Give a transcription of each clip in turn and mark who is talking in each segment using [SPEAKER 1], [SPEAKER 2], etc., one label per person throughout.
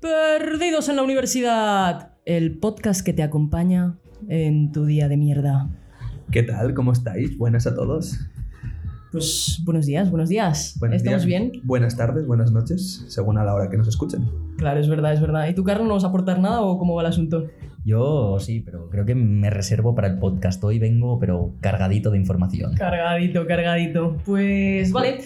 [SPEAKER 1] Perdidos en la Universidad, el podcast que te acompaña en tu día de mierda.
[SPEAKER 2] ¿Qué tal? ¿Cómo estáis? Buenas a todos.
[SPEAKER 1] Pues buenos días, buenos días.
[SPEAKER 2] Buenos
[SPEAKER 1] ¿Estamos
[SPEAKER 2] días,
[SPEAKER 1] bien?
[SPEAKER 2] Buenas tardes, buenas noches, según a la hora que nos escuchen.
[SPEAKER 1] Claro, es verdad, es verdad. ¿Y tú, Carlos, no vas a aportar nada o cómo va el asunto?
[SPEAKER 3] Yo sí, pero creo que me reservo para el podcast. Hoy vengo, pero cargadito de información.
[SPEAKER 1] Cargadito, cargadito. Pues vale,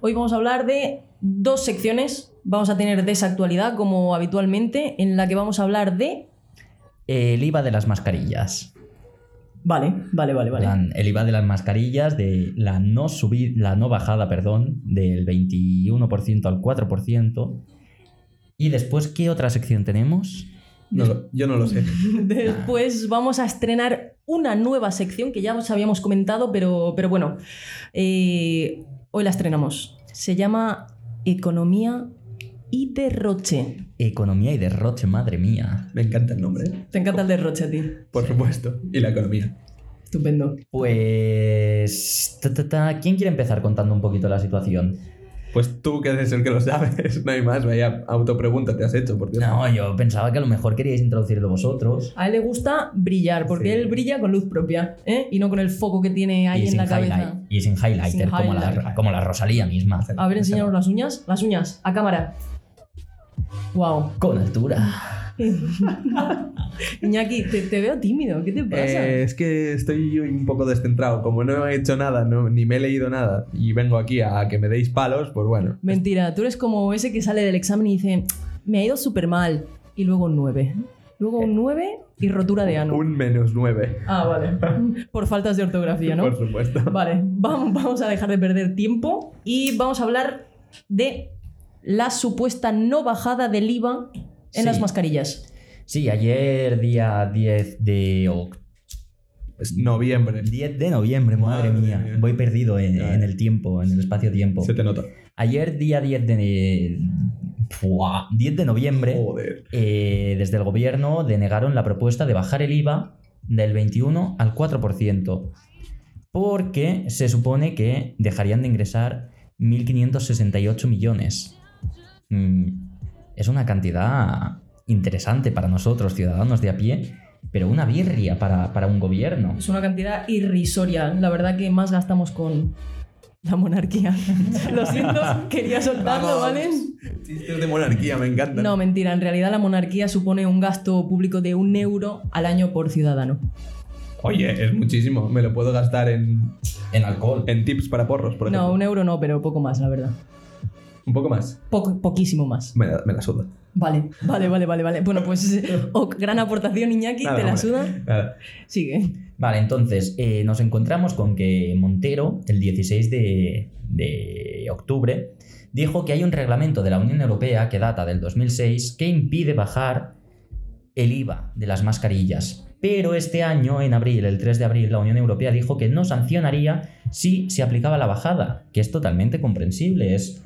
[SPEAKER 1] hoy vamos a hablar de dos secciones. Vamos a tener desactualidad, como habitualmente, en la que vamos a hablar de...
[SPEAKER 3] El IVA de las mascarillas.
[SPEAKER 1] Vale, vale, vale, vale.
[SPEAKER 3] Plan, El IVA de las mascarillas, de la no subir, la no bajada, perdón, del 21% al 4%. Y después, ¿qué otra sección tenemos?
[SPEAKER 2] No lo- yo no lo sé.
[SPEAKER 1] Después vamos a estrenar una nueva sección que ya os habíamos comentado, pero, pero bueno, eh, hoy la estrenamos. Se llama Economía y Derroche.
[SPEAKER 3] Economía y derroche, madre mía.
[SPEAKER 2] Me encanta el nombre,
[SPEAKER 1] Te encanta el derroche a ti.
[SPEAKER 2] por supuesto. Y la economía.
[SPEAKER 1] Estupendo.
[SPEAKER 3] Pues... ta, ta, ta, ¿Quién quiere empezar contando un poquito la situación?
[SPEAKER 2] Pues tú que eres el que lo sabes, no hay más. Vaya autopregunta te has hecho, por Dios.
[SPEAKER 3] No, yo pensaba que a lo mejor queríais introducirlo vosotros.
[SPEAKER 1] A él le gusta brillar, porque
[SPEAKER 2] Sí.
[SPEAKER 1] él brilla con luz propia, ¿eh? Y no con el foco que tiene ahí
[SPEAKER 3] y,
[SPEAKER 1] en
[SPEAKER 3] sin
[SPEAKER 1] la cabeza.
[SPEAKER 3] highlight- y sin highlighter,
[SPEAKER 1] Sin
[SPEAKER 3] como,
[SPEAKER 1] highlight.
[SPEAKER 3] la, como la Rosalía misma.
[SPEAKER 1] A ver, enseñaros las uñas. Las uñas, a cámara. Wow.
[SPEAKER 3] Con altura.
[SPEAKER 1] Iñaki, te, te veo tímido. ¿Qué te pasa?
[SPEAKER 2] Eh, es que estoy hoy un poco descentrado. Como no he hecho nada, no- ni me he leído nada, y vengo aquí a que me deis palos, pues bueno.
[SPEAKER 1] Mentira, tú eres como ese que sale del examen y dice, me ha ido súper mal. Y luego un 9. Luego un 9 y rotura de ano.
[SPEAKER 2] Un menos nueve,
[SPEAKER 1] Ah, vale. Por faltas de ortografía, ¿no?
[SPEAKER 2] por supuesto.
[SPEAKER 1] Vale, vamos, vamos a dejar de perder tiempo y vamos a hablar de la supuesta no bajada del IVA en
[SPEAKER 3] Sí.
[SPEAKER 1] las mascarillas.
[SPEAKER 3] Sí, ayer día 10 de oc-
[SPEAKER 2] Es noviembre.
[SPEAKER 3] 10 de noviembre, madre,
[SPEAKER 2] Madre
[SPEAKER 3] mía.
[SPEAKER 2] mía.
[SPEAKER 3] Voy perdido en,
[SPEAKER 2] Ya,
[SPEAKER 3] en
[SPEAKER 2] eh.
[SPEAKER 3] el tiempo, en el espacio-tiempo.
[SPEAKER 2] Se te nota.
[SPEAKER 3] Ayer día 10 de Fua, 10 de noviembre,
[SPEAKER 2] Joder.
[SPEAKER 3] eh, desde el gobierno denegaron la propuesta de bajar el IVA del 21 al 4%, porque se supone que dejarían de ingresar 1.568 millones. Mm, es una cantidad interesante para nosotros, ciudadanos de a pie, pero una birria para, para un gobierno.
[SPEAKER 1] Es una cantidad irrisoria. La verdad que más gastamos con la monarquía. Lo siento, quería soltarlo,
[SPEAKER 2] Vamos.
[SPEAKER 1] ¿vale?
[SPEAKER 2] Chistes de monarquía, me encantan.
[SPEAKER 1] No, mentira. En realidad la monarquía supone un gasto público de un euro al año por ciudadano.
[SPEAKER 2] Oye, es muchísimo. Me lo puedo gastar en,
[SPEAKER 3] En alcohol.
[SPEAKER 2] en tips para porros, por ejemplo.
[SPEAKER 1] No, un euro no, pero poco más, la verdad.
[SPEAKER 2] Un poco más.
[SPEAKER 1] Poco- poquísimo más.
[SPEAKER 2] Me la, me la suda.
[SPEAKER 1] Vale, vale, vale, vale, vale. Bueno, pues eh, ok, gran aportación, Iñaki,
[SPEAKER 2] Nada,
[SPEAKER 1] te la
[SPEAKER 2] hombre.
[SPEAKER 1] suda.
[SPEAKER 2] Nada.
[SPEAKER 1] Sigue.
[SPEAKER 3] Vale, entonces eh, nos encontramos con que Montero, el 16 de, de octubre, dijo que hay un reglamento de la Unión Europea que data del 2006 que impide bajar el IVA de las mascarillas. Pero este año, en abril, el 3 de abril, la Unión Europea dijo que no sancionaría si se aplicaba la bajada, que es totalmente comprensible. Es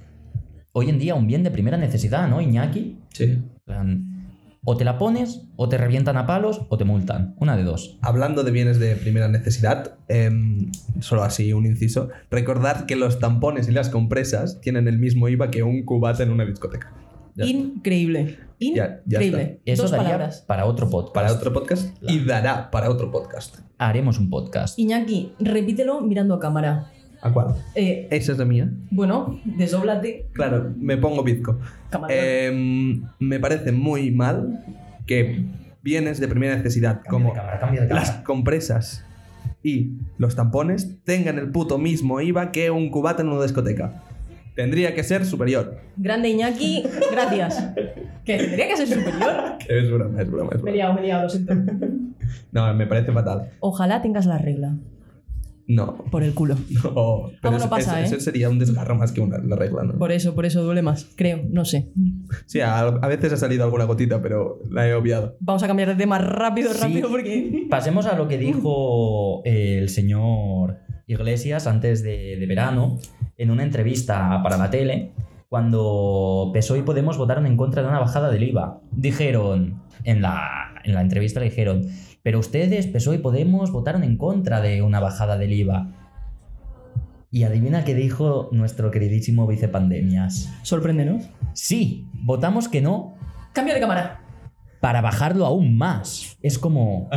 [SPEAKER 3] hoy en día un bien de primera necesidad, ¿no, Iñaki?
[SPEAKER 2] Sí.
[SPEAKER 3] En plan, O te la pones, o te revientan a palos, o te multan. Una de dos.
[SPEAKER 2] Hablando de bienes de primera necesidad, em, solo así un inciso, recordad que los tampones y las compresas tienen el mismo IVA que un cubata en una discoteca. Ya está.
[SPEAKER 1] Increíble.
[SPEAKER 2] Ya- ya
[SPEAKER 1] Increíble.
[SPEAKER 3] Eso
[SPEAKER 1] Dos
[SPEAKER 3] daría
[SPEAKER 1] palabras.
[SPEAKER 3] para otro podcast.
[SPEAKER 2] Para otro podcast y dará para otro podcast.
[SPEAKER 3] Haremos un podcast.
[SPEAKER 1] Iñaki, repítelo mirando a cámara.
[SPEAKER 2] ¿A cuál?
[SPEAKER 1] Eh,
[SPEAKER 2] Esa es la mía.
[SPEAKER 1] bueno, desdóblate.
[SPEAKER 2] Claro, me pongo bizco.
[SPEAKER 1] Cámara.
[SPEAKER 2] Em, me parece muy mal que bienes de primera necesidad como las compresas y los tampones tengan el puto mismo IVA que un cubata en una discoteca. Tendría que ser superior.
[SPEAKER 1] Grande Iñaki, gracias. que tendría que ser superior.
[SPEAKER 2] Es broma, es broma, es
[SPEAKER 1] Me he
[SPEAKER 2] broma.
[SPEAKER 1] liado, me he liado, lo siento.
[SPEAKER 2] No, me parece fatal.
[SPEAKER 1] Ojalá tengas la regla.
[SPEAKER 2] No.
[SPEAKER 1] Por el culo.
[SPEAKER 2] no, pero
[SPEAKER 1] no
[SPEAKER 2] eso,
[SPEAKER 1] pasa,
[SPEAKER 2] eso-
[SPEAKER 1] ¿eh?
[SPEAKER 2] eso sería un desgarro más que una, la regla, ¿no?
[SPEAKER 1] Por eso, por eso duele más, creo, no sé.
[SPEAKER 2] Sí, a, a veces ha salido alguna gotita, pero la he obviado.
[SPEAKER 1] Vamos a cambiar de tema rápido,
[SPEAKER 3] Sí.
[SPEAKER 1] rápido, porque.
[SPEAKER 3] Pasemos a lo
[SPEAKER 1] Mm.
[SPEAKER 3] que dijo eh, el señor Iglesias antes de, de verano en una entrevista para la tele cuando PSOE E y Podemos votaron en contra de una bajada del IVA. Dijeron, en la, en la entrevista le dijeron, pero ustedes, PSOE E y Podemos, votaron en contra de una bajada del IVA. Y adivina qué dijo nuestro queridísimo vicepandemias.
[SPEAKER 1] Sorpréndenos.
[SPEAKER 3] Sí, votamos que no
[SPEAKER 1] Cambio de cámara.
[SPEAKER 3] para bajarlo aún más. Es como...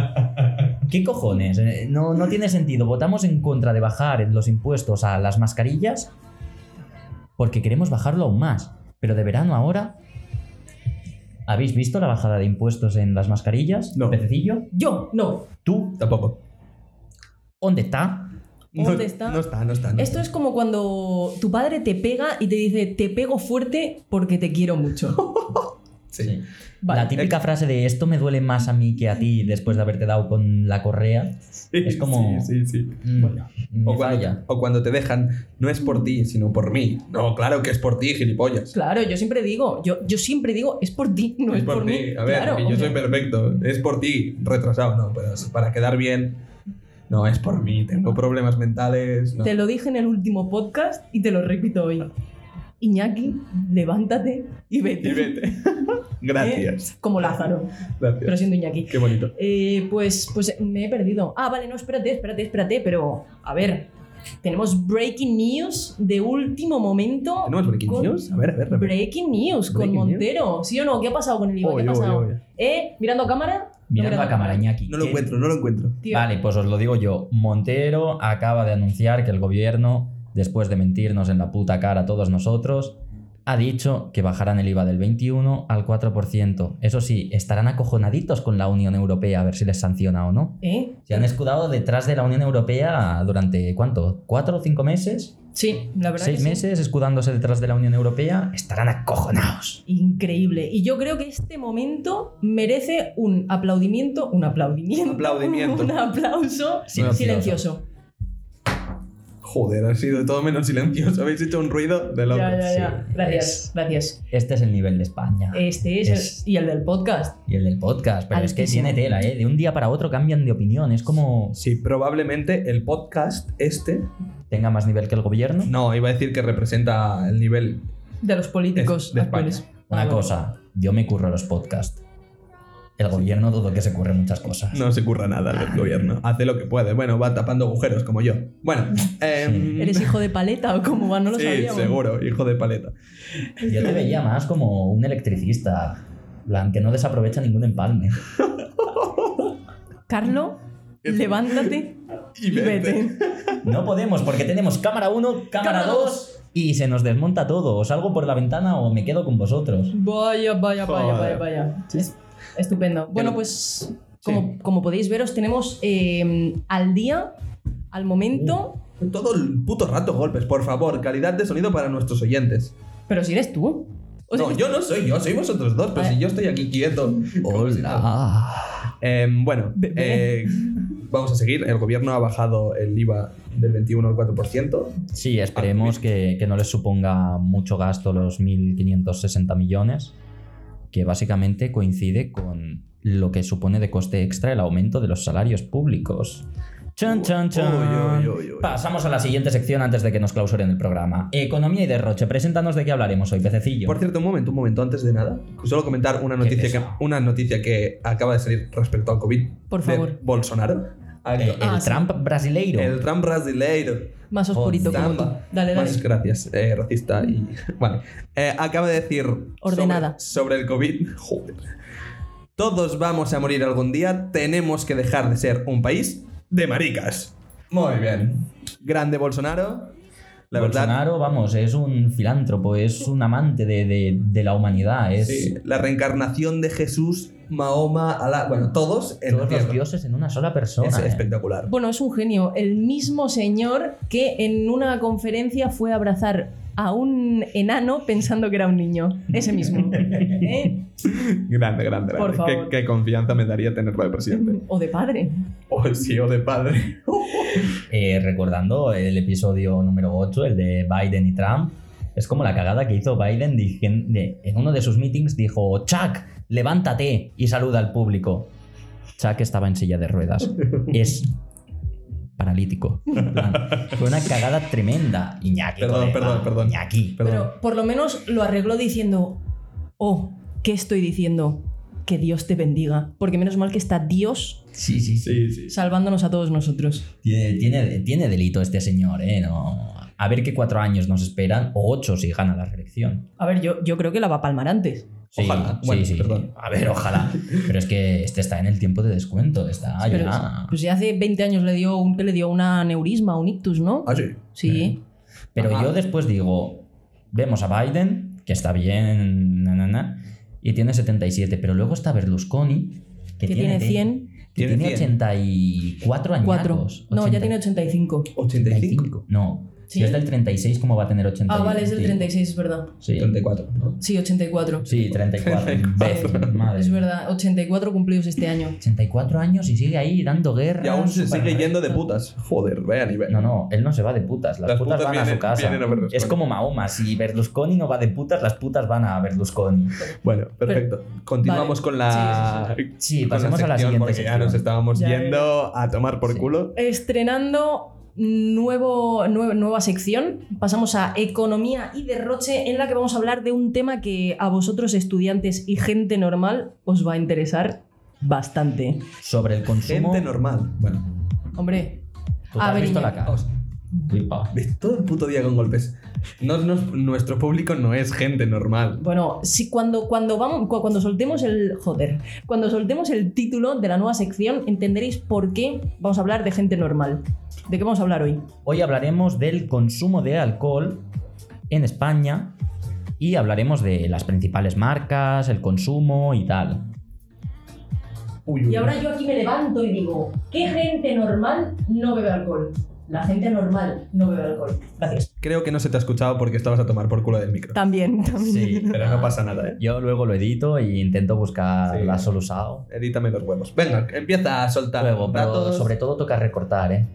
[SPEAKER 3] ¿Qué cojones? Eh, No, no tiene sentido. Votamos en contra de bajar los impuestos a las mascarillas porque queremos bajarlo aún más. Pero de verano ahora... ¿Habéis visto la bajada de impuestos en las mascarillas?
[SPEAKER 2] No.
[SPEAKER 3] ¿Pececillo?
[SPEAKER 1] Yo, no.
[SPEAKER 3] ¿Tú?
[SPEAKER 2] Tampoco.
[SPEAKER 3] ¿Dónde está?
[SPEAKER 1] ¿Dónde
[SPEAKER 2] no,
[SPEAKER 1] está?
[SPEAKER 2] No está, no está. no
[SPEAKER 1] Esto
[SPEAKER 2] está.
[SPEAKER 1] es como cuando tu padre te pega y te dice, te pego fuerte porque te quiero mucho.
[SPEAKER 2] Sí.
[SPEAKER 1] Vale. eh,
[SPEAKER 3] La típica frase de esto me duele más a mí que a ti después de haberte dado con la correa. Es como-
[SPEAKER 2] Sí, sí, sí.
[SPEAKER 3] Mm, me
[SPEAKER 2] O cuando,
[SPEAKER 3] falla.
[SPEAKER 2] o cuando te dejan, no es por ti, sino por mí. No, claro que es por ti, gilipollas.
[SPEAKER 1] Claro, yo siempre digo, yo, yo siempre digo, es por ti, no es, por, mí.
[SPEAKER 2] A ver,
[SPEAKER 1] Claro,
[SPEAKER 2] que
[SPEAKER 1] o
[SPEAKER 2] yo
[SPEAKER 1] sea,
[SPEAKER 2] soy perfecto. Es por ti, retrasado. No, pero es para quedar bien. No, es por mí. Tengo problemas mentales. no.
[SPEAKER 1] Te lo dije en el último podcast y te lo repito hoy. Iñaki, levántate y vete.
[SPEAKER 2] Y vete. Gracias.
[SPEAKER 1] ¿Eh? Como Lázaro,
[SPEAKER 2] Gracias.
[SPEAKER 1] pero siendo Iñaki.
[SPEAKER 2] Qué bonito.
[SPEAKER 1] Eh, pues, pues me he perdido. Ah, vale, no, espérate, espérate, espérate, pero a ver, tenemos breaking news de último momento.
[SPEAKER 2] ¿Tenemos breaking
[SPEAKER 1] con-
[SPEAKER 2] news? A ver, a ver. repite.
[SPEAKER 1] Breaking news con
[SPEAKER 2] Breaking news.
[SPEAKER 1] Montero, ¿sí o no? ¿Qué ha pasado con el IVA? ¿Qué
[SPEAKER 2] Oye,
[SPEAKER 1] ha pasado?
[SPEAKER 2] oye, oye.
[SPEAKER 1] ¿Eh? ¿Mirando a cámara? No
[SPEAKER 3] Mirando a cámara, Iñaki.
[SPEAKER 2] No lo
[SPEAKER 3] ¿qué-
[SPEAKER 2] encuentro, no lo encuentro.
[SPEAKER 1] Tío,
[SPEAKER 3] Vale, pues os lo digo yo. Montero acaba de anunciar que el gobierno, después de mentirnos en la puta cara a todos nosotros, ha dicho que bajarán el IVA del 21 al 4%. Eso sí, estarán acojonaditos con la Unión Europea a ver si les sanciona o no.
[SPEAKER 1] ¿Eh?
[SPEAKER 3] Se han escudado detrás de la Unión Europea durante, ¿cuánto? ¿Cuatro o cinco meses?
[SPEAKER 1] Sí, la verdad.
[SPEAKER 3] ¿Seis
[SPEAKER 1] que sí.
[SPEAKER 3] meses escudándose detrás de la Unión Europea? Estarán acojonados.
[SPEAKER 1] Increíble. Y yo creo que este momento merece un aplaudimiento, un aplaudimiento,
[SPEAKER 2] Aplaudimiento.
[SPEAKER 1] un aplauso
[SPEAKER 3] Silencioso.
[SPEAKER 1] silencioso.
[SPEAKER 2] Joder, ha sido todo menos silencioso. Habéis hecho un ruido de loco.
[SPEAKER 1] Ya, ya, ya.
[SPEAKER 3] Sí.
[SPEAKER 1] Gracias, gracias.
[SPEAKER 3] Este es el nivel de España.
[SPEAKER 1] Este es,
[SPEAKER 3] Es-
[SPEAKER 1] el- y el del podcast.
[SPEAKER 3] Y el del podcast, pero es que
[SPEAKER 1] Altísimo.
[SPEAKER 3] tiene tela, ¿eh? De un día para otro cambian de opinión, es como
[SPEAKER 2] Sí, probablemente el podcast este.
[SPEAKER 3] tenga más nivel que el gobierno.
[SPEAKER 2] No, iba a decir que representa el nivel.
[SPEAKER 1] De los políticos
[SPEAKER 2] Es de España.
[SPEAKER 1] actuales. Ah,
[SPEAKER 3] Una
[SPEAKER 1] bueno.
[SPEAKER 3] cosa, yo me curro los podcasts. El gobierno dudo que se curre muchas cosas.
[SPEAKER 2] No se curra nada del gobierno. Hace lo que puede. Bueno, va tapando agujeros como yo. Bueno, em,
[SPEAKER 1] ¿Eres hijo de paleta o cómo va? No lo
[SPEAKER 2] sí,
[SPEAKER 1] sabíamos.
[SPEAKER 2] seguro, hijo de paleta.
[SPEAKER 3] Yo te veía más como un electricista, en plan que no desaprovecha ningún empalme.
[SPEAKER 1] Carlo, levántate y vete.
[SPEAKER 3] No podemos porque tenemos cámara 1, cámara
[SPEAKER 1] Cámara
[SPEAKER 3] 2 y se nos desmonta todo. O salgo por la ventana o me quedo con vosotros.
[SPEAKER 1] Vaya, vaya, vaya, vaya,
[SPEAKER 2] Joder.
[SPEAKER 1] vaya. Es- Estupendo. Bueno, pues como,
[SPEAKER 2] Sí.
[SPEAKER 1] como podéis veros, tenemos eh, al día, al momento,
[SPEAKER 2] Todo el puto rato golpes, por favor. Calidad de sonido para nuestros oyentes.
[SPEAKER 1] pero si eres tú. O sea, Ah.
[SPEAKER 2] No, yo no soy yo, soy vosotros dos, pero
[SPEAKER 1] Vale.
[SPEAKER 2] si yo estoy aquí quieto.
[SPEAKER 3] Hola.
[SPEAKER 2] Em, bueno,
[SPEAKER 1] Bebé.
[SPEAKER 2] eh, vamos a seguir. El gobierno ha bajado el IVA del 21 al 4%.
[SPEAKER 3] Sí, esperemos que, que no les suponga mucho gasto los 1.560 millones, que básicamente coincide con lo que supone de coste extra el aumento de los salarios públicos. Chan, chan, chan.
[SPEAKER 2] Uy, uy, uy, uy.
[SPEAKER 3] Pasamos a la siguiente sección antes de que nos clausuren el programa. Economía y derroche. Preséntanos de qué hablaremos hoy, pececillo.
[SPEAKER 2] Por cierto, un momento, un momento, antes de nada, solo comentar una
[SPEAKER 3] Qué
[SPEAKER 2] noticia, que,
[SPEAKER 3] pesado.
[SPEAKER 2] una noticia que acaba de salir respecto al COVID.
[SPEAKER 1] Por
[SPEAKER 2] de
[SPEAKER 1] favor.
[SPEAKER 2] Bolsonaro.
[SPEAKER 3] Eh, el
[SPEAKER 1] Ah, sí.
[SPEAKER 3] Trump brasileiro.
[SPEAKER 2] El Trump brasileiro.
[SPEAKER 1] Más oscurito como tú.
[SPEAKER 2] Samba.
[SPEAKER 1] Dale, dale.
[SPEAKER 2] Oh, Más gracias, eh, racista y. Vale. Eh, acaba de decir.
[SPEAKER 1] Ordenada.
[SPEAKER 2] Sobre, sobre el COVID. Joder. Todos vamos a morir algún día. Tenemos que dejar de ser un país de maricas. Muy bien. Grande Bolsonaro. La verdad.
[SPEAKER 3] Bolsonaro, vamos, es un filántropo, es un amante de, de- de la humanidad, es
[SPEAKER 2] sí, la reencarnación de Jesús, Mahoma, Alá. Bueno, todos en la
[SPEAKER 3] todos los
[SPEAKER 2] tierra.
[SPEAKER 3] dioses en una sola persona.
[SPEAKER 2] Es
[SPEAKER 3] eh.
[SPEAKER 2] espectacular.
[SPEAKER 1] Bueno, es un genio. El mismo señor que en una conferencia fue a abrazar a un enano pensando que era un niño. Ese mismo. ¿Eh?
[SPEAKER 2] Grande, grande, grande.
[SPEAKER 1] Por favor.
[SPEAKER 2] Qué, qué confianza me daría tenerlo de presidente.
[SPEAKER 1] O de padre.
[SPEAKER 2] O sí, o de padre.
[SPEAKER 3] Eh, recordando el episodio número 8, el de Biden y Trump, es como la cagada que hizo Biden dijen- de- en uno de sus meetings dijo, Chuck, levántate y saluda al público. Chuck estaba en silla de ruedas. Es paralítico. En plan, Fue una cagada tremenda. Iñaki.
[SPEAKER 2] Perdón,
[SPEAKER 3] colega,
[SPEAKER 2] perdón, perdón.
[SPEAKER 3] Iñaki.
[SPEAKER 2] Perdón.
[SPEAKER 1] Pero por lo menos lo arregló diciendo, oh, ¿qué estoy diciendo? Que Dios te bendiga. Porque menos mal que está Dios
[SPEAKER 3] Sí, sí, sí.
[SPEAKER 2] Sí, sí.
[SPEAKER 1] salvándonos a todos nosotros.
[SPEAKER 3] Tiene, tiene- tiene delito este señor, ¿eh? No. A ver qué cuatro años nos esperan, o ocho si gana la reelección.
[SPEAKER 1] A ver, yo, yo creo que la va a palmar antes.
[SPEAKER 3] Sí,
[SPEAKER 2] Ojalá.
[SPEAKER 3] sí,
[SPEAKER 2] Bueno,
[SPEAKER 3] sí.
[SPEAKER 2] perdón.
[SPEAKER 3] A ver, ojalá. Pero es que este está en el tiempo de descuento. Está
[SPEAKER 1] Pero
[SPEAKER 3] Ah, ya.
[SPEAKER 1] Pues ya hace 20 años le dio un, que le dio una neurisma, un ictus, ¿no?
[SPEAKER 2] Ah, sí.
[SPEAKER 1] Sí.
[SPEAKER 3] Pero
[SPEAKER 2] Ajá.
[SPEAKER 3] yo después digo, vemos a Biden, que está bien, na, na, na, y tiene 77, pero luego está Berlusconi, que,
[SPEAKER 1] Que, tiene 100.
[SPEAKER 3] que
[SPEAKER 2] Tiene
[SPEAKER 3] tiene
[SPEAKER 2] 100.
[SPEAKER 3] 84
[SPEAKER 1] 4.
[SPEAKER 3] añacos.
[SPEAKER 1] No,
[SPEAKER 3] 80.
[SPEAKER 1] ya tiene 85.
[SPEAKER 2] 85.
[SPEAKER 3] No,
[SPEAKER 1] Sí.
[SPEAKER 3] si es del 36, ¿cómo va a tener 80?
[SPEAKER 1] Ah, vale, es del 36, es verdad.
[SPEAKER 3] Sí,
[SPEAKER 2] 34. ¿no?
[SPEAKER 1] Sí, 84.
[SPEAKER 3] sí 34. Imbécil, madre.
[SPEAKER 1] Es verdad, 84 cumplidos este año.
[SPEAKER 3] 84 años y sigue ahí dando guerra.
[SPEAKER 2] Y aún se
[SPEAKER 3] súper
[SPEAKER 2] sigue yendo de
[SPEAKER 3] recto.
[SPEAKER 2] putas. Joder, vaya nivel.
[SPEAKER 3] No, no, él no se va de putas,
[SPEAKER 2] Mm.
[SPEAKER 3] las,
[SPEAKER 2] Las
[SPEAKER 3] putas,
[SPEAKER 2] putas
[SPEAKER 3] van a
[SPEAKER 2] vienen-
[SPEAKER 3] su casa.
[SPEAKER 2] vienen a Berlusconi.
[SPEAKER 3] es como Mahoma, si Berlusconi no va de putas, las putas van a Berlusconi.
[SPEAKER 2] Bueno, perfecto. Continuamos
[SPEAKER 1] Vale.
[SPEAKER 2] con la.
[SPEAKER 3] Sí,
[SPEAKER 2] con
[SPEAKER 3] pasemos a la
[SPEAKER 2] sección,
[SPEAKER 3] siguiente
[SPEAKER 2] Porque ya
[SPEAKER 3] sección.
[SPEAKER 2] nos estábamos
[SPEAKER 1] Ya
[SPEAKER 2] yendo a tomar por
[SPEAKER 3] Sí.
[SPEAKER 2] culo.
[SPEAKER 1] Estrenando nuevo, nue- nueva sección, pasamos a economía y derroche, en la que vamos a hablar de un tema que a vosotros, estudiantes y gente normal, os va a interesar bastante.
[SPEAKER 3] Sobre el consumo.
[SPEAKER 2] Gente normal. Bueno,
[SPEAKER 1] Hombre,
[SPEAKER 3] ¿Tú te
[SPEAKER 1] A
[SPEAKER 3] has
[SPEAKER 1] ver,
[SPEAKER 3] visto la
[SPEAKER 1] Iñaki.
[SPEAKER 3] cara?
[SPEAKER 2] vamos.
[SPEAKER 3] Flipa.
[SPEAKER 2] ¿Ves? Todo el puto día con golpes. No- no- nuestro público no es gente normal.
[SPEAKER 1] Bueno, si cuando, cuando, vamos, cu- cuando soltemos el. Joder. Cuando soltemos el título de la nueva sección, entenderéis por qué vamos a hablar de gente normal. ¿De qué vamos a hablar hoy?
[SPEAKER 3] Hoy hablaremos del consumo de alcohol en España y hablaremos de las principales marcas, el consumo y tal.
[SPEAKER 2] Uy, uy,
[SPEAKER 1] Y ahora
[SPEAKER 2] uy.
[SPEAKER 1] yo aquí me levanto y digo: ¿Qué gente normal no bebe alcohol? La gente normal no bebe alcohol. Gracias.
[SPEAKER 2] Creo que no se te ha escuchado porque estabas a tomar por culo del micro.
[SPEAKER 1] También, también.
[SPEAKER 3] Sí,
[SPEAKER 2] Pero no pasa nada, ¿eh?
[SPEAKER 3] Yo luego lo edito e intento buscar
[SPEAKER 2] Sí.
[SPEAKER 3] la solusao.
[SPEAKER 2] Edítame los huevos. Venga, empieza a soltar
[SPEAKER 3] Luego, pero
[SPEAKER 2] datos.
[SPEAKER 3] sobre todo toca recortar, eh.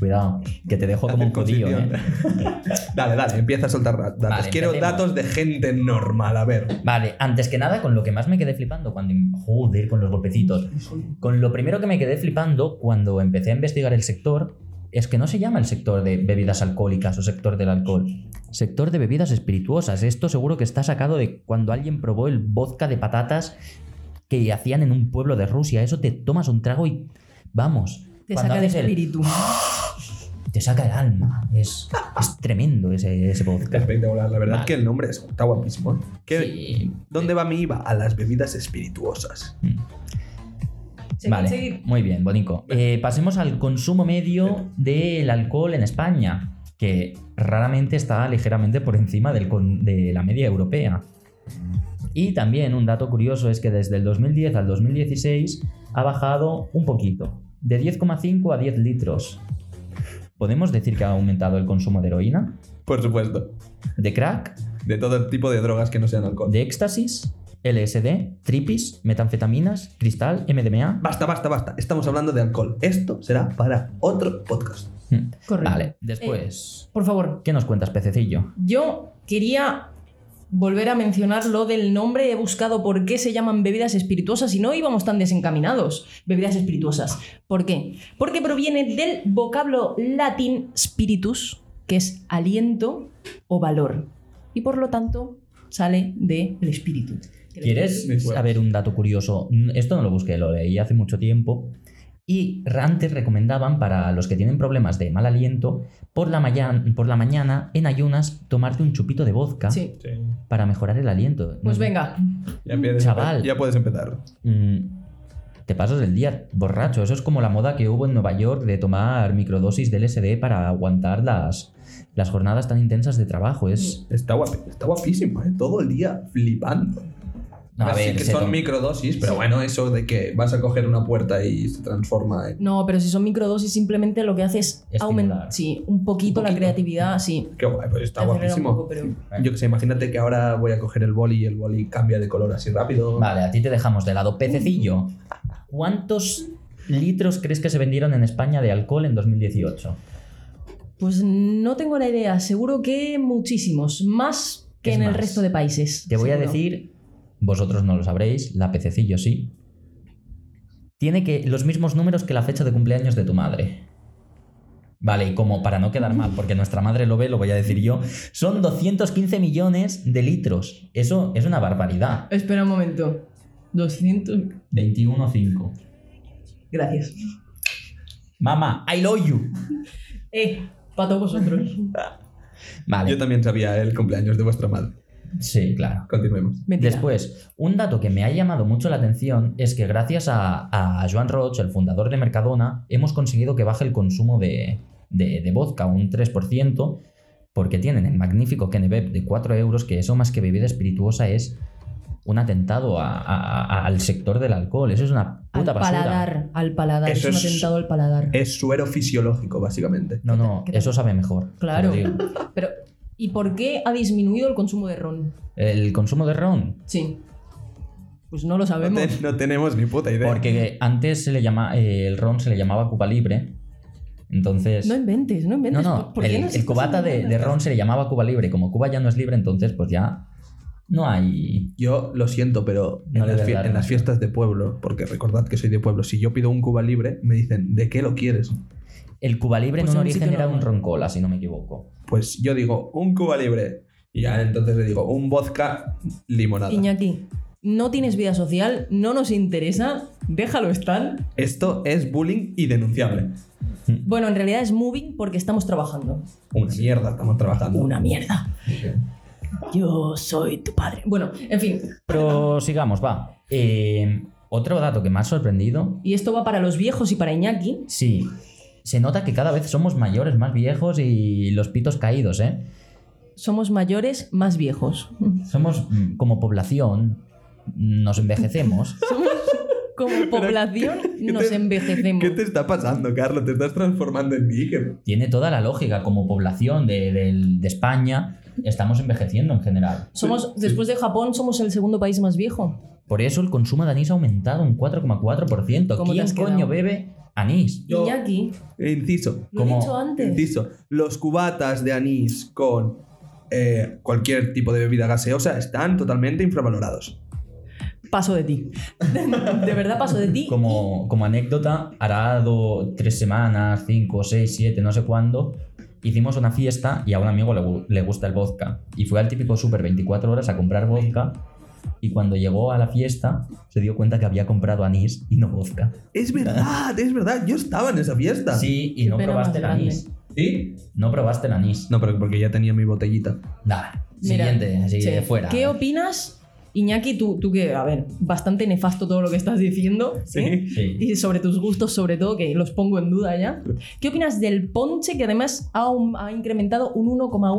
[SPEAKER 3] Cuidado, que te dejo como un
[SPEAKER 2] Hacer
[SPEAKER 3] judío, eh.
[SPEAKER 2] conciliación. dale, dale, empieza a soltar da- datos.
[SPEAKER 3] Vale,
[SPEAKER 2] Quiero
[SPEAKER 3] empecemos.
[SPEAKER 2] datos de gente normal, a ver.
[SPEAKER 3] Vale, antes que nada, con lo que más me quedé flipando cuando. em-, Joder, con los golpecitos. Con lo primero que me quedé flipando cuando empecé a investigar el sector es que no se llama el sector de bebidas alcohólicas o sector del alcohol. Sector de bebidas espirituosas. Esto seguro que está sacado de cuando alguien probó el vodka de patatas que hacían en un pueblo de Rusia. Eso te tomas un trago y. Vamos.
[SPEAKER 1] Te
[SPEAKER 3] cuando
[SPEAKER 1] saca de
[SPEAKER 3] haces el-
[SPEAKER 1] espíritu.
[SPEAKER 3] Te saca el alma. Es, es tremendo ese, ese vodka.
[SPEAKER 2] Es espectacular, la verdad
[SPEAKER 3] Vale.
[SPEAKER 2] que el nombre es- está guapísimo. ¿eh? ¿Qué-
[SPEAKER 3] Sí.
[SPEAKER 2] ¿Dónde va mi IVA? A las bebidas espirituosas.
[SPEAKER 3] Mm. Vale, muy bien, Bonico. Eh, pasemos al consumo medio del alcohol en España, que raramente está ligeramente por encima del con- de la media europea. Y también un dato curioso es que desde el 2010 al 2016 ha bajado un poquito, de 10,5 a 10 litros. ¿Podemos decir que ha aumentado el consumo de heroína,
[SPEAKER 2] Por supuesto.
[SPEAKER 3] de crack,
[SPEAKER 2] De todo tipo de drogas que no sean alcohol.
[SPEAKER 3] de éxtasis, LSD, tripis, metanfetaminas, cristal, MDMA?
[SPEAKER 2] Basta, basta, basta. Estamos hablando de alcohol. Esto será para otro podcast.
[SPEAKER 1] Correcto.
[SPEAKER 3] Vale, después.
[SPEAKER 1] Por favor,
[SPEAKER 3] ¿Qué nos cuentas, pececillo?
[SPEAKER 1] Yo quería volver a mencionar lo del nombre. He buscado por qué se llaman bebidas espirituosas y no íbamos tan desencaminados. Bebidas espirituosas. ¿Por qué? Porque proviene del vocablo latín spiritus, que es aliento o valor. Y por lo tanto sale del espíritu.
[SPEAKER 3] ¿Quieres
[SPEAKER 2] Mis huevos.
[SPEAKER 3] saber un dato curioso? Mm, Esto no lo busqué, lo leí hace mucho tiempo. Y antes recomendaban para los que tienen problemas de mal aliento, por la, mañana, por la mañana, en ayunas, tomarte un chupito de vodka
[SPEAKER 1] Sí.
[SPEAKER 3] para mejorar el aliento.
[SPEAKER 1] Pues
[SPEAKER 3] Mm,
[SPEAKER 1] venga.
[SPEAKER 2] Ya puedes,
[SPEAKER 3] Chaval.
[SPEAKER 2] Ya puedes empezar.
[SPEAKER 3] mm, te pasas el día borracho. Eso es como la moda que hubo en Nueva York de tomar microdosis del SD para aguantar las, las jornadas tan intensas de trabajo. Es.
[SPEAKER 2] Está, guapi- está guapísimo, ¿eh? Todo el día flipando.
[SPEAKER 1] Mm.
[SPEAKER 3] A
[SPEAKER 2] Así
[SPEAKER 3] ver,
[SPEAKER 2] que
[SPEAKER 3] se
[SPEAKER 2] son
[SPEAKER 3] toma-
[SPEAKER 2] microdosis, pero bueno, eso de que vas a coger una puerta y se transforma en...
[SPEAKER 1] No, pero si son microdosis, simplemente lo que hace es
[SPEAKER 3] Estimular.
[SPEAKER 1] aumentar sí, un, poquito
[SPEAKER 2] Un
[SPEAKER 1] la
[SPEAKER 2] poquito.
[SPEAKER 1] creatividad. Sí,
[SPEAKER 2] Qué guay, pues está
[SPEAKER 1] Te acelera un
[SPEAKER 2] guapísimo.
[SPEAKER 1] poco, pero-
[SPEAKER 2] Yo que sé, imagínate que ahora voy a coger el boli y el boli cambia de color así rápido.
[SPEAKER 3] Vale, a ti te dejamos de lado. Pececillo, ¿cuántos litros crees que se vendieron en España de alcohol en 2018?
[SPEAKER 1] Pues no tengo la idea, seguro que muchísimos, más que
[SPEAKER 3] Es
[SPEAKER 1] en el
[SPEAKER 3] más.
[SPEAKER 1] resto de países.
[SPEAKER 3] Te voy a
[SPEAKER 1] seguro.
[SPEAKER 3] decir, vosotros no lo sabréis, la pececillo sí. Tiene que los mismos números que la fecha de cumpleaños de tu madre. Vale, y como para no quedar mal, porque nuestra madre lo ve, lo voy a decir yo, son 215 millones de litros. Eso es una barbaridad.
[SPEAKER 1] Espera un momento. 200.
[SPEAKER 3] 21,5.
[SPEAKER 1] Gracias.
[SPEAKER 3] Mamá, I love you.
[SPEAKER 1] Eh, para todos vosotros.
[SPEAKER 3] Vale.
[SPEAKER 2] Yo también sabía el cumpleaños de vuestra madre.
[SPEAKER 3] Sí, claro.
[SPEAKER 2] Continuemos.
[SPEAKER 1] Mentira.
[SPEAKER 3] Después, un dato que me ha llamado mucho la atención es que gracias a, a Joan Roch, el fundador de Mercadona, hemos conseguido que baje el consumo de, de, de vodka un 3%, porque tienen el magnífico Kennebec de 4 euros, que eso más que bebida espirituosa es un atentado a- a- a- al sector del alcohol. Eso es una
[SPEAKER 1] Al
[SPEAKER 3] puta basura.
[SPEAKER 1] paladar, al paladar.
[SPEAKER 2] Eso
[SPEAKER 1] es un
[SPEAKER 2] es-
[SPEAKER 1] atentado al paladar.
[SPEAKER 2] Es suero fisiológico, básicamente.
[SPEAKER 3] No, no,
[SPEAKER 1] ¿Qué tal?
[SPEAKER 3] eso sabe mejor. te lo
[SPEAKER 1] Claro.
[SPEAKER 3] digo.
[SPEAKER 1] Pero, ¿y por qué ha disminuido el consumo de ron?
[SPEAKER 3] El consumo de ron,
[SPEAKER 1] Sí. Pues no lo
[SPEAKER 2] No,
[SPEAKER 1] sabemos.
[SPEAKER 2] te- no tenemos ni puta idea.
[SPEAKER 3] Porque antes se le llama, eh, el ron se le llamaba Cuba Libre. Entonces.
[SPEAKER 1] No inventes, no
[SPEAKER 3] no,
[SPEAKER 1] inventes.
[SPEAKER 3] no,
[SPEAKER 1] ¿Por- por qué
[SPEAKER 3] el,
[SPEAKER 1] nos
[SPEAKER 3] el
[SPEAKER 1] estás
[SPEAKER 3] cubata de,
[SPEAKER 1] hablando
[SPEAKER 3] de
[SPEAKER 1] esto?
[SPEAKER 3] ron se le llamaba Cuba Libre. Como Cuba ya no es libre, entonces pues ya no hay.
[SPEAKER 2] Yo lo siento, pero
[SPEAKER 3] No
[SPEAKER 2] en, las,
[SPEAKER 3] le
[SPEAKER 2] fie-
[SPEAKER 3] darán.
[SPEAKER 2] en las fiestas de pueblo, porque recordad que soy de pueblo, si yo pido un Cuba libre, me dicen, ¿de qué lo quieres?
[SPEAKER 3] El Cuba Libre
[SPEAKER 1] Pues
[SPEAKER 3] en
[SPEAKER 1] a
[SPEAKER 3] un
[SPEAKER 1] mí sí
[SPEAKER 3] origen
[SPEAKER 1] que
[SPEAKER 3] era
[SPEAKER 1] no.
[SPEAKER 3] un roncola, si no me equivoco.
[SPEAKER 2] Pues yo digo, un Cuba libre. Y ya entonces le digo, un vodka limonada.
[SPEAKER 1] Iñaki, no tienes vida social, no nos interesa, déjalo estar.
[SPEAKER 2] Esto es bullying y denunciable.
[SPEAKER 1] Bueno, en realidad es moving porque estamos trabajando.
[SPEAKER 2] Una mierda, estamos trabajando.
[SPEAKER 1] Una mierda. Yo soy tu padre. Bueno, en fin.
[SPEAKER 3] Pero sigamos, va. Eh, otro dato que me ha sorprendido.
[SPEAKER 1] Y esto va para los viejos y para Iñaki.
[SPEAKER 3] Sí. Se nota que cada vez somos mayores, más viejos y los pitos caídos, ¿eh?
[SPEAKER 1] Somos mayores, más viejos.
[SPEAKER 3] Somos mm, como población, nos envejecemos.
[SPEAKER 1] Somos como población,
[SPEAKER 2] qué
[SPEAKER 1] nos
[SPEAKER 2] te-
[SPEAKER 1] envejecemos.
[SPEAKER 2] ¿Qué te está pasando, Carlos? Te estás transformando en Iker.
[SPEAKER 3] tiene toda la lógica como población de, del- de España. Estamos envejeciendo en general.
[SPEAKER 1] Somos, después de Japón, somos el segundo país más viejo.
[SPEAKER 3] Por eso el consumo de anís ha aumentado un 4,4%.
[SPEAKER 1] ¿Cómo te
[SPEAKER 3] ¿Quién
[SPEAKER 1] has quedado?
[SPEAKER 3] coño bebe anís?
[SPEAKER 2] Yo-
[SPEAKER 1] Iñaki,
[SPEAKER 2] Inciso.
[SPEAKER 1] lo he
[SPEAKER 3] Como-
[SPEAKER 1] dicho antes.
[SPEAKER 2] Inciso. Los cubatas de anís con eh, cualquier tipo de bebida gaseosa están totalmente infravalorados.
[SPEAKER 1] Paso de ti. De verdad paso de ti.
[SPEAKER 3] Como, como anécdota, hará do- tres semanas, cinco, seis, siete, no sé cuándo, hicimos una fiesta y a un amigo le, gu- le gusta el vodka. Y fue al típico super 24 horas a comprar vodka. Y cuando llegó a la fiesta, se dio cuenta que había comprado anís y no vodka.
[SPEAKER 2] Es verdad, es verdad. Yo estaba en esa fiesta.
[SPEAKER 3] Sí, y
[SPEAKER 1] Qué
[SPEAKER 3] no
[SPEAKER 1] pena
[SPEAKER 3] probaste el
[SPEAKER 1] más grande.
[SPEAKER 3] anís.
[SPEAKER 2] ¿Sí?
[SPEAKER 3] No probaste el anís.
[SPEAKER 2] No, pero porque ya tenía mi botellita.
[SPEAKER 3] Nah,
[SPEAKER 1] Mira,
[SPEAKER 3] siguiente, así
[SPEAKER 1] sí.
[SPEAKER 3] de fuera.
[SPEAKER 1] ¿Qué opinas, Iñaki? Tú, tú que, a ver, bastante nefasto todo lo que estás diciendo. ¿sí?
[SPEAKER 3] Sí.
[SPEAKER 1] Y sobre tus gustos, sobre todo, que los pongo en duda ya. ¿Qué opinas del ponche que además ha, un- ha incrementado un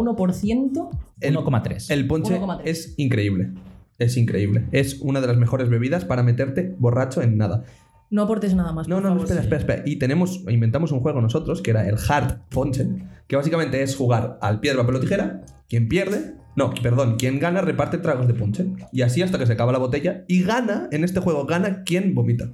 [SPEAKER 1] 1,1%?
[SPEAKER 2] El,
[SPEAKER 3] 1,3.
[SPEAKER 2] el ponche
[SPEAKER 1] 1,3.
[SPEAKER 2] es increíble. Es increíble. Es una de las mejores bebidas para meterte borracho en nada.
[SPEAKER 1] No aportes nada más.
[SPEAKER 2] No,
[SPEAKER 1] por
[SPEAKER 2] no, no,
[SPEAKER 1] favor.
[SPEAKER 2] espera, espera, espera. Y tenemos, inventamos un juego nosotros que era el Hard Ponche, que básicamente es jugar al piedra, papel o tijera. Quien pierde, no, perdón, quien gana reparte tragos de ponche. Y así hasta que se acaba la botella. Y gana, en este juego, gana quien vomita.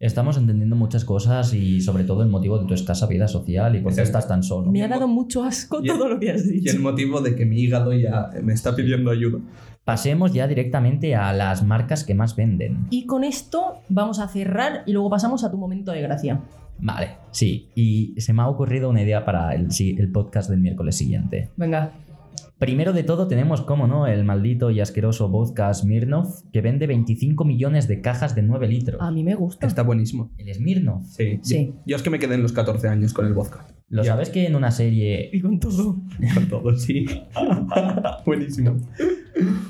[SPEAKER 3] Estamos entendiendo muchas cosas y sobre todo el motivo de tu escasa vida social y por qué
[SPEAKER 2] Exacto.
[SPEAKER 3] estás tan solo.
[SPEAKER 1] Me ha dado mucho asco
[SPEAKER 2] Y el-
[SPEAKER 1] todo lo que has
[SPEAKER 2] Y
[SPEAKER 1] dicho.
[SPEAKER 2] el motivo de que mi hígado ya me está pidiendo ayuda.
[SPEAKER 3] Pasemos ya directamente a las marcas que más venden.
[SPEAKER 1] Y con esto vamos a cerrar y luego pasamos a tu momento de gracia.
[SPEAKER 3] Vale, sí. Y se me ha ocurrido una idea para el, sí, el podcast del miércoles siguiente.
[SPEAKER 1] Venga.
[SPEAKER 3] Primero de todo tenemos, como no, el maldito y asqueroso podcast Smirnoff, que vende 25 millones de cajas de 9 litros.
[SPEAKER 1] A mí me gusta.
[SPEAKER 3] Ah.
[SPEAKER 2] Está buenísimo.
[SPEAKER 3] El Smirnoff.
[SPEAKER 2] Sí.
[SPEAKER 1] Sí.
[SPEAKER 2] Yo, yo es que me quedé en los 14 años con el vodka.
[SPEAKER 3] ¿Lo
[SPEAKER 2] Ya.
[SPEAKER 3] sabes que en una serie
[SPEAKER 1] Y con todo.
[SPEAKER 2] Con todo, sí. buenísimo.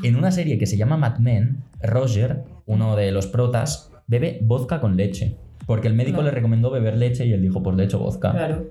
[SPEAKER 3] En una serie que se llama Mad Men, Roger, uno de los protas, bebe vodka con leche. Porque el médico
[SPEAKER 1] Claro.
[SPEAKER 3] le recomendó beber leche y él dijo, pues le echo vodka.
[SPEAKER 1] Claro.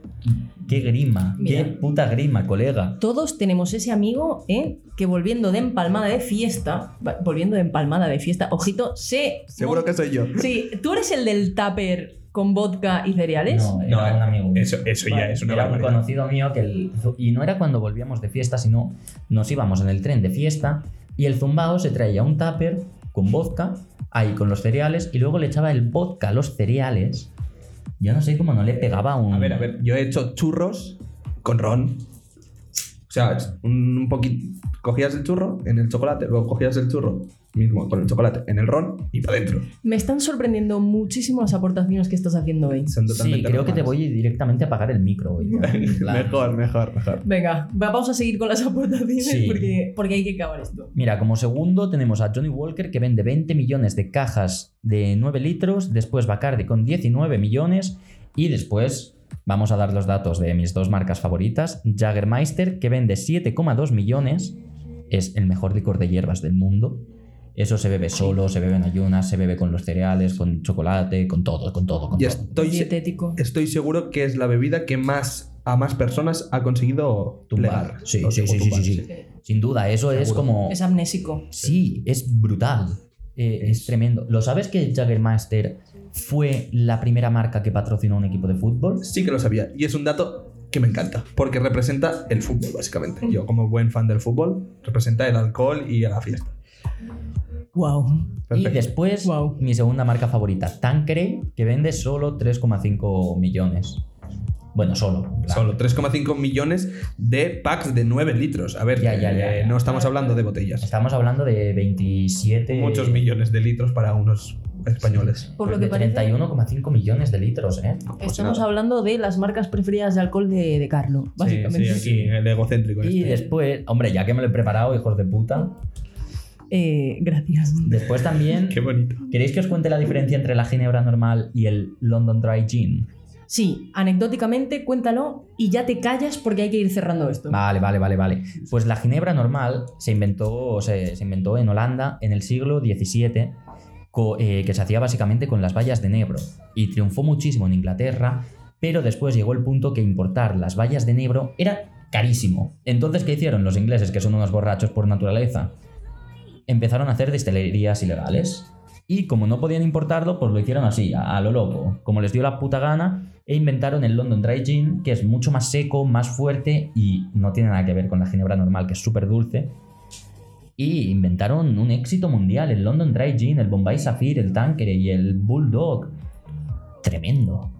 [SPEAKER 3] ¡Qué grima!
[SPEAKER 1] Mira.
[SPEAKER 3] ¡Qué puta grima, colega!
[SPEAKER 1] Todos tenemos ese amigo ¿eh? que volviendo de empalmada de fiesta, va- volviendo de empalmada de fiesta, ojito, se.
[SPEAKER 2] Seguro que soy yo.
[SPEAKER 1] Sí, tú eres el del tupper con vodka y cereales.
[SPEAKER 3] No, era un amigo. mío.
[SPEAKER 2] Eso, eso ya
[SPEAKER 3] Vale,
[SPEAKER 2] es una
[SPEAKER 3] Era un
[SPEAKER 2] barbaridad.
[SPEAKER 3] conocido mío que... el- y no era cuando volvíamos de fiesta, sino nos íbamos en el tren de fiesta y el zumbao se traía un tupper con vodka, ahí con los cereales, y luego le echaba el vodka a los cereales. Yo no sé cómo no le pegaba un...
[SPEAKER 2] A ver, a ver, yo he hecho churros con ron. O sea, es un, poquito. Cogías el churro en el chocolate, luego cogías el churro mismo con el chocolate en el ron y para adentro.
[SPEAKER 1] Me están sorprendiendo muchísimo las aportaciones que estás haciendo hoy.
[SPEAKER 2] Son
[SPEAKER 3] Sí,
[SPEAKER 2] totalmente
[SPEAKER 3] creo que te
[SPEAKER 2] normales.
[SPEAKER 3] voy directamente a apagar el micro hoy. ya, en plan.
[SPEAKER 2] mejor, mejor, mejor.
[SPEAKER 1] Venga, va- vamos a seguir con las aportaciones
[SPEAKER 3] Sí.
[SPEAKER 1] porque, porque hay que acabar esto.
[SPEAKER 3] Mira, como segundo tenemos a Johnny Walker que vende 20 millones de cajas de 9 litros, después Bacardi con 19 millones y después vamos a dar los datos de mis dos marcas favoritas, Jaggermeister que vende 7,2 millones es el mejor licor de hierbas del mundo. Eso se bebe solo, se bebe en ayunas, se bebe con los cereales, con chocolate, con todo, con todo, con
[SPEAKER 2] Y
[SPEAKER 3] todo.
[SPEAKER 2] estoy, se-
[SPEAKER 1] Dietético.
[SPEAKER 2] estoy seguro que es la bebida que más a más personas ha conseguido
[SPEAKER 3] Tumbar.
[SPEAKER 2] plegar.
[SPEAKER 3] Sí,
[SPEAKER 2] O-
[SPEAKER 3] sí,
[SPEAKER 2] o
[SPEAKER 3] sí, sí,
[SPEAKER 2] tumbar,
[SPEAKER 3] sí, sí. Sin duda, eso es
[SPEAKER 2] Seguro.
[SPEAKER 3] como...
[SPEAKER 1] Es amnésico.
[SPEAKER 3] Sí, es brutal. Eh, es...
[SPEAKER 2] Es-
[SPEAKER 3] tremendo. ¿Lo sabes que Jaggermaster fue la primera marca que patrocinó un equipo de fútbol?
[SPEAKER 2] Sí que lo sabía. Y es un dato que me encanta, porque representa el fútbol, básicamente. Yo, como buen fan del fútbol, representa el alcohol y la fiesta.
[SPEAKER 1] Wow.
[SPEAKER 3] Y
[SPEAKER 2] Perfecto.
[SPEAKER 3] después,
[SPEAKER 1] Guau.
[SPEAKER 3] mi segunda marca favorita, Tanqueray, que vende solo 3,5 millones. Bueno, solo. en plan.
[SPEAKER 2] Solo 3,5 millones de packs de 9 litros. A ver,
[SPEAKER 3] Ya, ya,
[SPEAKER 2] eh,
[SPEAKER 3] ya, ya.
[SPEAKER 2] no estamos hablando de botellas.
[SPEAKER 3] Estamos hablando de 27...
[SPEAKER 2] Muchos millones de litros para unos españoles.
[SPEAKER 1] Por lo
[SPEAKER 3] de
[SPEAKER 1] que parece,
[SPEAKER 3] 31,5 millones de litros, ¿eh?
[SPEAKER 2] No, pues
[SPEAKER 1] estamos
[SPEAKER 2] nada.
[SPEAKER 1] hablando de las marcas preferidas de alcohol de, de Carlo,
[SPEAKER 2] Sí,
[SPEAKER 1] básicamente.
[SPEAKER 2] sí, aquí, el egocéntrico.
[SPEAKER 3] Y
[SPEAKER 2] este.
[SPEAKER 3] después, hombre, ya que me lo he preparado, hijos de puta.
[SPEAKER 1] Eh, gracias.
[SPEAKER 3] Después también,
[SPEAKER 2] Qué bonito.
[SPEAKER 3] ¿queréis que os cuente la diferencia entre la ginebra normal y el London Dry Gin?
[SPEAKER 1] Sí, anecdóticamente, cuéntalo y ya te callas porque hay que ir cerrando esto.
[SPEAKER 3] Vale, vale, vale, vale. Pues la ginebra normal se inventó, o se, se inventó en Holanda en el siglo XVII, co- eh, que se hacía básicamente con las bayas de negro y triunfó muchísimo en Inglaterra, pero después llegó el punto que importar las bayas de negro era carísimo. Entonces, ¿qué hicieron los ingleses, que son unos borrachos por naturaleza? Empezaron a hacer destilerías ilegales. Y como no podían importarlo, pues lo hicieron así, a, a lo loco, como les dio la puta gana, e inventaron el London Dry Gin, que es mucho más seco, más fuerte y no tiene nada que ver con la ginebra normal, que es súper dulce. Y inventaron un éxito mundial, el London Dry Gin, el Bombay Sapphire, el Tanqueray y el Bulldog. Tremendo.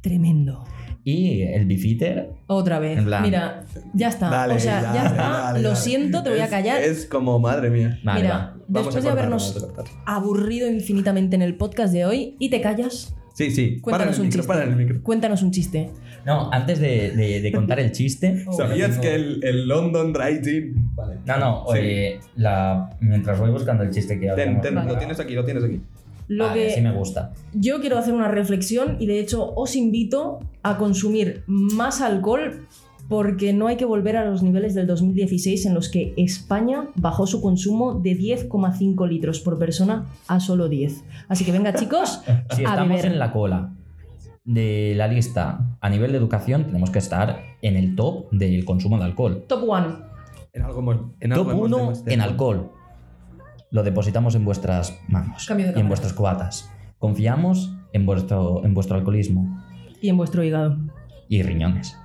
[SPEAKER 1] Tremendo.
[SPEAKER 3] Y el Beefeater,
[SPEAKER 1] Otra vez.
[SPEAKER 3] En plan-
[SPEAKER 1] Mira, ya está.
[SPEAKER 2] Dale,
[SPEAKER 1] o sea, ya
[SPEAKER 2] dale,
[SPEAKER 1] está.
[SPEAKER 2] dale,
[SPEAKER 1] lo
[SPEAKER 2] dale.
[SPEAKER 1] siento, te voy a
[SPEAKER 2] Es-
[SPEAKER 1] callar.
[SPEAKER 2] Es, como, madre mía.
[SPEAKER 3] Vale,
[SPEAKER 1] Mira,
[SPEAKER 2] Vamos
[SPEAKER 1] después
[SPEAKER 2] a
[SPEAKER 1] de
[SPEAKER 2] cortar,
[SPEAKER 1] habernos
[SPEAKER 2] vamos a cortar.
[SPEAKER 1] aburrido infinitamente en el podcast de hoy y te callas,
[SPEAKER 2] Sí, sí. Para
[SPEAKER 1] Cuéntanos
[SPEAKER 2] el
[SPEAKER 1] un
[SPEAKER 2] micro,
[SPEAKER 1] chiste.
[SPEAKER 2] para el micro.
[SPEAKER 1] cuéntanos un chiste.
[SPEAKER 3] No, antes de, de- de contar el chiste.
[SPEAKER 1] Oh,
[SPEAKER 2] ¿Sabías que el, el London Dry Gin? Vale.
[SPEAKER 3] No, no,
[SPEAKER 2] Sí.
[SPEAKER 3] eh, la- mientras voy buscando el chiste que
[SPEAKER 2] Ten,
[SPEAKER 3] habíamos
[SPEAKER 2] ten,
[SPEAKER 1] Vale.
[SPEAKER 2] Lo tienes aquí, lo tienes aquí.
[SPEAKER 1] Lo
[SPEAKER 3] Vale,
[SPEAKER 1] que
[SPEAKER 3] sí me gusta.
[SPEAKER 1] yo quiero hacer una reflexión y de hecho os invito a consumir más alcohol porque no hay que volver a los niveles del 2016 en los que España bajó su consumo de 10,5 litros por persona a solo 10. Así que venga chicos,
[SPEAKER 3] Si
[SPEAKER 1] A
[SPEAKER 3] estamos
[SPEAKER 1] beber.
[SPEAKER 3] en la cola de la lista a nivel de educación, tenemos que estar en el top del consumo de alcohol.
[SPEAKER 1] top one.
[SPEAKER 2] En algo hemos. En algo
[SPEAKER 3] Top
[SPEAKER 2] hemos
[SPEAKER 3] 1
[SPEAKER 2] demostrado.
[SPEAKER 3] en alcohol. Lo depositamos en vuestras manos
[SPEAKER 1] Pues Cambio de
[SPEAKER 3] y en
[SPEAKER 1] cámara.
[SPEAKER 3] vuestras cubatas. Confiamos en vuestro, en vuestro alcoholismo
[SPEAKER 1] Y en vuestro hígado.
[SPEAKER 3] y riñones.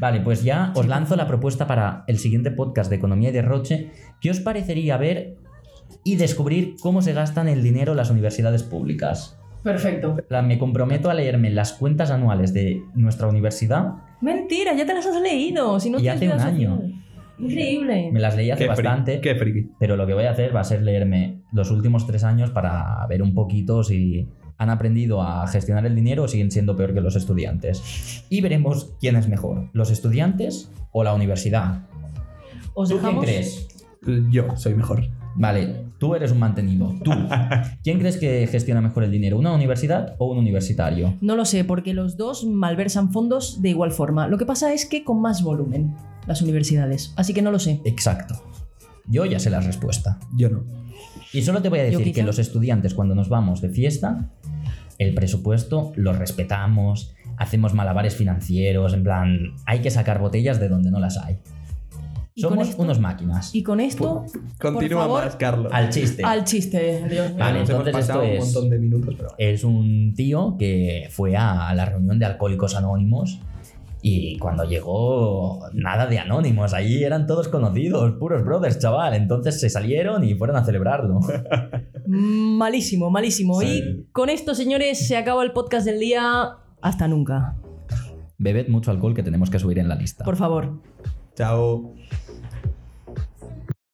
[SPEAKER 3] Vale, pues ya os lanzo la propuesta para el siguiente podcast de Economía y Derroche. ¿Qué os parecería ver y descubrir cómo se gastan el dinero las universidades públicas?
[SPEAKER 1] Perfecto.
[SPEAKER 3] En plan, Me comprometo a leerme las cuentas anuales de nuestra universidad
[SPEAKER 1] Mentira, ya te las has leído. Si no
[SPEAKER 3] Y
[SPEAKER 1] tienes
[SPEAKER 3] hace un
[SPEAKER 1] vida
[SPEAKER 3] año.
[SPEAKER 1] social. Increíble.
[SPEAKER 3] Me las leí hace
[SPEAKER 2] Qué friki,
[SPEAKER 3] bastante,
[SPEAKER 2] Qué friki.
[SPEAKER 3] pero lo que voy a hacer va a ser leerme los últimos tres años para ver un poquito si han aprendido a gestionar el dinero o siguen siendo peor que los estudiantes. Y veremos quién es mejor, los estudiantes o la universidad.
[SPEAKER 1] Os
[SPEAKER 3] ¿Tú quién
[SPEAKER 1] dejamos.
[SPEAKER 3] crees?
[SPEAKER 2] Yo soy mejor.
[SPEAKER 3] Vale, tú eres un mantenido. Tú. ¿Quién crees que gestiona mejor el dinero, una universidad o un universitario?
[SPEAKER 1] No lo sé, porque los dos malversan fondos de igual forma. Lo que pasa es que con más volumen las universidades. Así que no lo sé.
[SPEAKER 3] Exacto. Yo ya sé la respuesta.
[SPEAKER 2] Yo no.
[SPEAKER 3] Y solo te voy a
[SPEAKER 1] Yo
[SPEAKER 3] decir
[SPEAKER 1] quizá.
[SPEAKER 3] que los estudiantes cuando nos vamos de fiesta, el presupuesto lo respetamos, hacemos malabares financieros, en plan, hay que sacar botellas de donde no las hay.
[SPEAKER 1] Y con
[SPEAKER 3] Somos
[SPEAKER 1] esto-
[SPEAKER 3] unos máquinas.
[SPEAKER 1] Y con esto,
[SPEAKER 2] Continúa
[SPEAKER 1] favor,
[SPEAKER 2] más, Carlos.
[SPEAKER 3] Al chiste.
[SPEAKER 1] al chiste. Dios mío.
[SPEAKER 3] Vale,
[SPEAKER 2] Nos hemos
[SPEAKER 3] entonces
[SPEAKER 2] pasado un
[SPEAKER 3] esto es-
[SPEAKER 2] montón de minutos, pero
[SPEAKER 3] Es un tío que fue a la reunión de Alcohólicos Anónimos y cuando llegó, nada de anónimos. Allí eran todos conocidos, puros brothers, chaval. Entonces se salieron y fueron a celebrarlo.
[SPEAKER 1] Malísimo, malísimo.
[SPEAKER 2] Sí.
[SPEAKER 1] Y con esto, señores, se acaba el podcast del día. Hasta nunca.
[SPEAKER 3] Bebed mucho alcohol que tenemos que subir en la lista.
[SPEAKER 1] Por favor.
[SPEAKER 2] Chao.